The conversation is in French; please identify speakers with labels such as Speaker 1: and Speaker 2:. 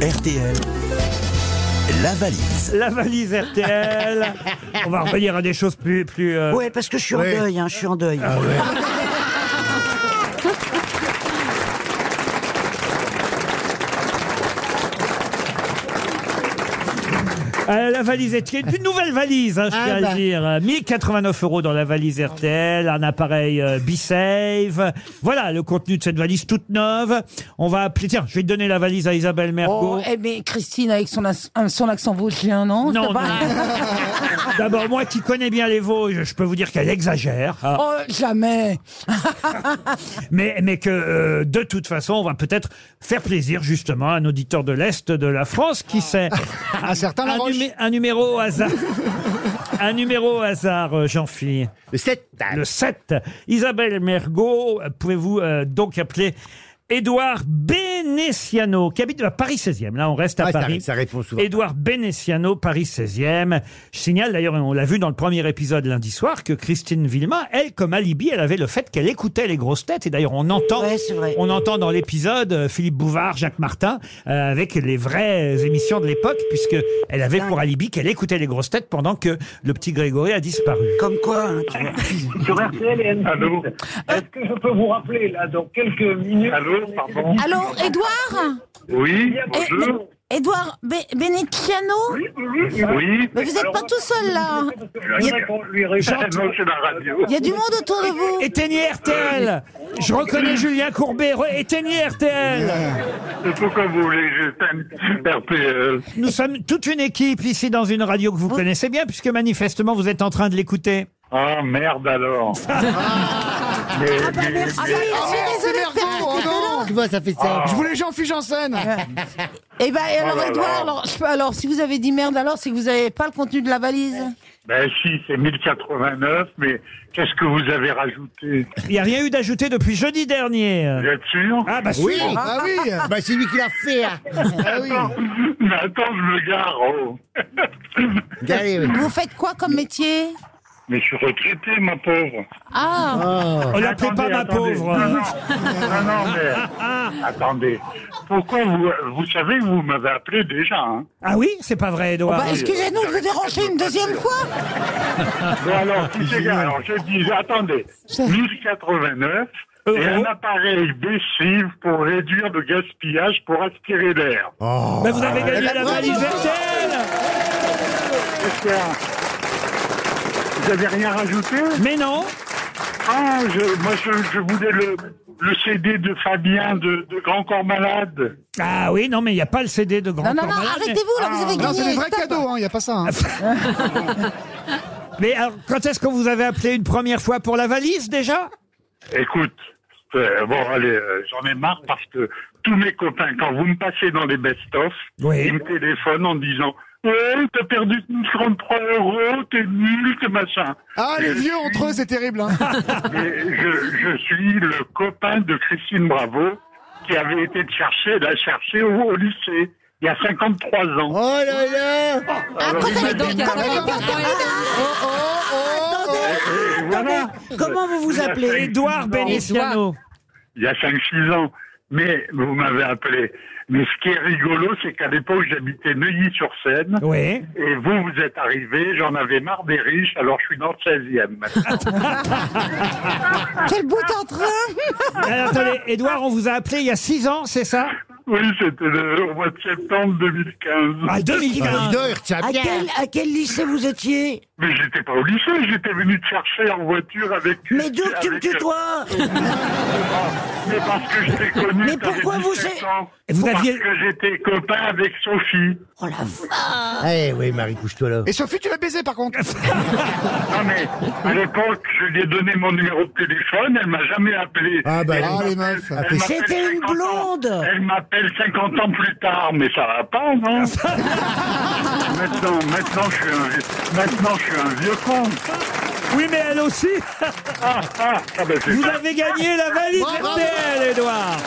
Speaker 1: RTL, la valise.
Speaker 2: La valise RTL. On va revenir à des choses plus. plus euh,
Speaker 3: Ouais, parce que je suis en deuil, hein, je suis en deuil.
Speaker 2: à la valise RTL. Une toute nouvelle valise, hein, je tiens à le dire. Euh, 1089 euros dans la valise RTL, un appareil euh, B-Save. Voilà le contenu de cette valise toute neuve. On va appeler. Tiens, je vais donner la valise à Isabelle Mergo.
Speaker 4: Oh, eh mais Christine, avec son, as- euh, son accent vosgien, non
Speaker 2: Non,
Speaker 4: Ça va
Speaker 2: non. D'abord, moi qui connais bien les Vosges, je peux vous dire qu'elle exagère. Ah.
Speaker 4: Oh, jamais
Speaker 2: mais, mais que euh, de toute façon, on va peut-être faire plaisir justement à un auditeur de l'Est de la France qui sait.
Speaker 5: Un certain
Speaker 2: un,
Speaker 5: Laroche.
Speaker 2: numé- un numéro au hasard. Un numéro au hasard, euh, Jean-Philippe.
Speaker 5: Le 7.
Speaker 2: Le 7. Isabelle Mergot, euh, pouvez-vous euh, donc appeler Édouard Benessiano, qui habite à Paris 16e. Là, on reste à
Speaker 5: Ah, ça-
Speaker 2: Paris.
Speaker 5: ça répond souvent.
Speaker 2: Édouard Benessiano, Paris 16e. Je signale d'ailleurs, et on l'a vu dans le premier épisode lundi soir, que Christine Villema, elle, comme alibi, elle avait le fait qu'elle écoutait les grosses têtes. Et d'ailleurs, on entend,
Speaker 3: Ouais, c'est vrai.
Speaker 2: on entend dans l'épisode euh, Philippe Bouvard, Jacques Martin, euh, avec les vraies émissions de l'époque, puisque elle avait pour alibi qu'elle écoutait les grosses têtes pendant que le petit Grégory a disparu.
Speaker 3: Comme quoi, hein, tu vois.
Speaker 6: Sur RTL et M6. Est-ce que je peux vous rappeler, là, dans quelques minutes Allô, pardon
Speaker 4: Allô, Édouard
Speaker 6: Oui,
Speaker 4: Eh, mais- Édouard Be- Benetiano
Speaker 6: Oui
Speaker 4: Mais vous n'êtes pas tout seul, là
Speaker 6: Il y a qu'on lui répète. Non, c'est la radio.
Speaker 4: Il y a du monde autour de vous
Speaker 2: Éteignez RTL Je reconnais Julien Courbet, Re- éteignez RTL
Speaker 6: C'est pourquoi vous voulez j'éteins RTL.
Speaker 2: Nous sommes toute une équipe ici dans une radio que vous
Speaker 3: Oh.
Speaker 2: connaissez bien, puisque manifestement vous êtes en train de l'écouter.
Speaker 6: Ah, merde alors. Mais- mais-
Speaker 4: Ah,
Speaker 5: Oh,
Speaker 2: Oh,
Speaker 5: Tu vois, ça fait ça. Je voulais Jean-Philippe Janssen.
Speaker 2: Ah.
Speaker 4: Eh ben, et alors,
Speaker 6: Oh là là.
Speaker 4: Édouard, alors, je peux- alors, si vous avez dit merde, alors, c'est que vous n'avez pas le contenu de la valise
Speaker 6: Ben si, c'est 1089, mais qu'est-ce que vous avez rajouté
Speaker 2: Il n'y a rien eu d'ajouté depuis jeudi dernier.
Speaker 6: Vous êtes sûr
Speaker 2: Ah bah
Speaker 5: Oui,
Speaker 2: sûr.
Speaker 5: bah oui. Bah, c'est lui qui l'a fait. hein. Ah oui.
Speaker 6: Mais attends, je me gare. oh.
Speaker 5: Allez, oui.
Speaker 4: Vous faites quoi comme métier
Speaker 6: Mais je suis retraité, ma pauvre.
Speaker 4: Ah
Speaker 2: On l'appelait
Speaker 6: Attendez,
Speaker 2: pas ma
Speaker 6: attendez.
Speaker 2: pauvre.
Speaker 6: Non, non, non, non, mais attendez. Pourquoi vous, vous savez, vous m'avez appelé déjà. Hein.
Speaker 2: Ah oui, c'est pas vrai, Edouard.
Speaker 4: bah, Excusez-nous de vous déranger une deuxième fois
Speaker 6: Mais alors, qui c'est gars Alors, je dis, attendez, 1089 et
Speaker 2: Euro.
Speaker 6: un appareil décide pour réduire le gaspillage, pour aspirer l'air.
Speaker 2: Bah, vous avez gagné la
Speaker 5: bravo.
Speaker 2: valise RTL.
Speaker 6: Qu'est-ce qu'il y a Vous avez rien rajouté
Speaker 2: Mais non.
Speaker 6: Ah, je, moi, je, je voulais le, le CD de Fabien de, de Grand Corps Malade.
Speaker 2: Ah oui, non, mais il n'y a pas le CD de Grand
Speaker 4: Non, non,
Speaker 2: Corps
Speaker 4: non,
Speaker 2: Malade.
Speaker 4: arrêtez-vous, là, vous avez
Speaker 5: Non, c'est des
Speaker 4: gagné
Speaker 5: vrais
Speaker 4: Stop.
Speaker 5: cadeaux, il n'y a pas ça. hein.
Speaker 2: Mais alors, quand est-ce qu'on vous avait appelé une première fois pour la valise déjà
Speaker 6: Écoute, euh, bon, allez, euh, j'en ai marre parce que tous mes copains, quand vous me passez dans les best-of,
Speaker 2: Oui.
Speaker 6: ils me téléphonent en disant Ouais, t'as perdu 33 euros, t'es nul, t'es machin.
Speaker 5: Ah, les vieux entre eux, c'est terrible. hein.
Speaker 6: Mais je, je suis le copain de Christine Bravo qui avait été te chercher, la chercher au, au lycée, il y a 53 ans.
Speaker 5: Oh là là.
Speaker 4: Ah, quand elle était- quand elle était-
Speaker 5: Oh,
Speaker 6: Et voilà,
Speaker 3: Ah, Comment vous vous appelez
Speaker 2: Édouard Benessiano.
Speaker 6: il y a 5-6 ans. Mais vous m'avez appelé. Mais ce qui est rigolo, c'est qu'à l'époque, j'habitais Neuilly-sur-Seine.
Speaker 2: Oui.
Speaker 6: Et vous, vous êtes arrivé, j'en avais marre des riches, alors je suis dans le 16e maintenant.
Speaker 4: Quel bout en train
Speaker 2: Alors, attendez, Edouard, on vous a appelé il y a six ans, c'est ça
Speaker 6: oui, c'était le- au mois de septembre 2015.
Speaker 2: Ah,
Speaker 5: Ah, dis
Speaker 2: 2015.
Speaker 5: donc, il retient
Speaker 3: à
Speaker 5: bien.
Speaker 3: quel, à quel lycée vous étiez
Speaker 6: Mais j'étais pas au lycée, j'étais venu te chercher en voiture avec...
Speaker 3: Mais d'où que tu me
Speaker 6: avec- euh,
Speaker 3: tutoies
Speaker 6: Mais parce que je t'ai connu,
Speaker 3: Mais
Speaker 6: t'avais
Speaker 3: pourquoi vous
Speaker 6: 17
Speaker 3: sais-
Speaker 6: ans.
Speaker 2: Et vous
Speaker 6: Parce
Speaker 2: aviez-
Speaker 6: que j'étais copain avec Sophie.
Speaker 3: Oh la vache
Speaker 7: Eh oui, Marie, couche-toi là.
Speaker 5: Et Sophie, tu l'as baisé par contre.
Speaker 6: Non Ah, mais, à l'époque, je lui ai donné mon numéro de téléphone, elle m'a jamais appelé.
Speaker 7: Ah, bah,
Speaker 6: Elle
Speaker 7: ah,
Speaker 6: m'appelle-
Speaker 5: les meufs.
Speaker 6: elle m'appelle
Speaker 3: C'était une
Speaker 6: 50 ans.
Speaker 3: blonde.
Speaker 6: Elle m'appelle 50 ans plus tard, mais ça va pas, non Maintenant, maintenant, je suis un, vieux- maintenant, je suis un vieux con.
Speaker 2: Oui, mais elle aussi.
Speaker 6: Ah, ah, ah, bah, c'est
Speaker 2: Vous
Speaker 6: ça.
Speaker 2: avez gagné la valise RTL, Edouard.